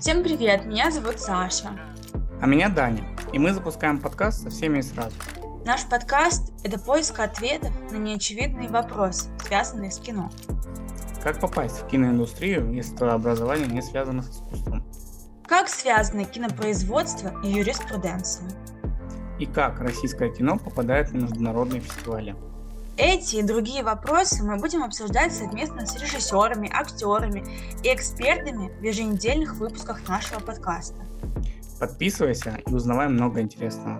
Всем привет, меня зовут Саша. А меня Даня, и мы запускаем подкаст со всеми и сразу. Наш подкаст – это поиск ответов на неочевидные вопросы, связанные с кино. Как попасть в киноиндустрию, если твое образование не связано с искусством? Как связаны кинопроизводство и юриспруденция? И как российское кино попадает на международные фестивали? Эти и другие вопросы мы будем обсуждать совместно с режиссерами, актерами и экспертами в еженедельных выпусках нашего подкаста. Подписывайся и узнавай много интересного.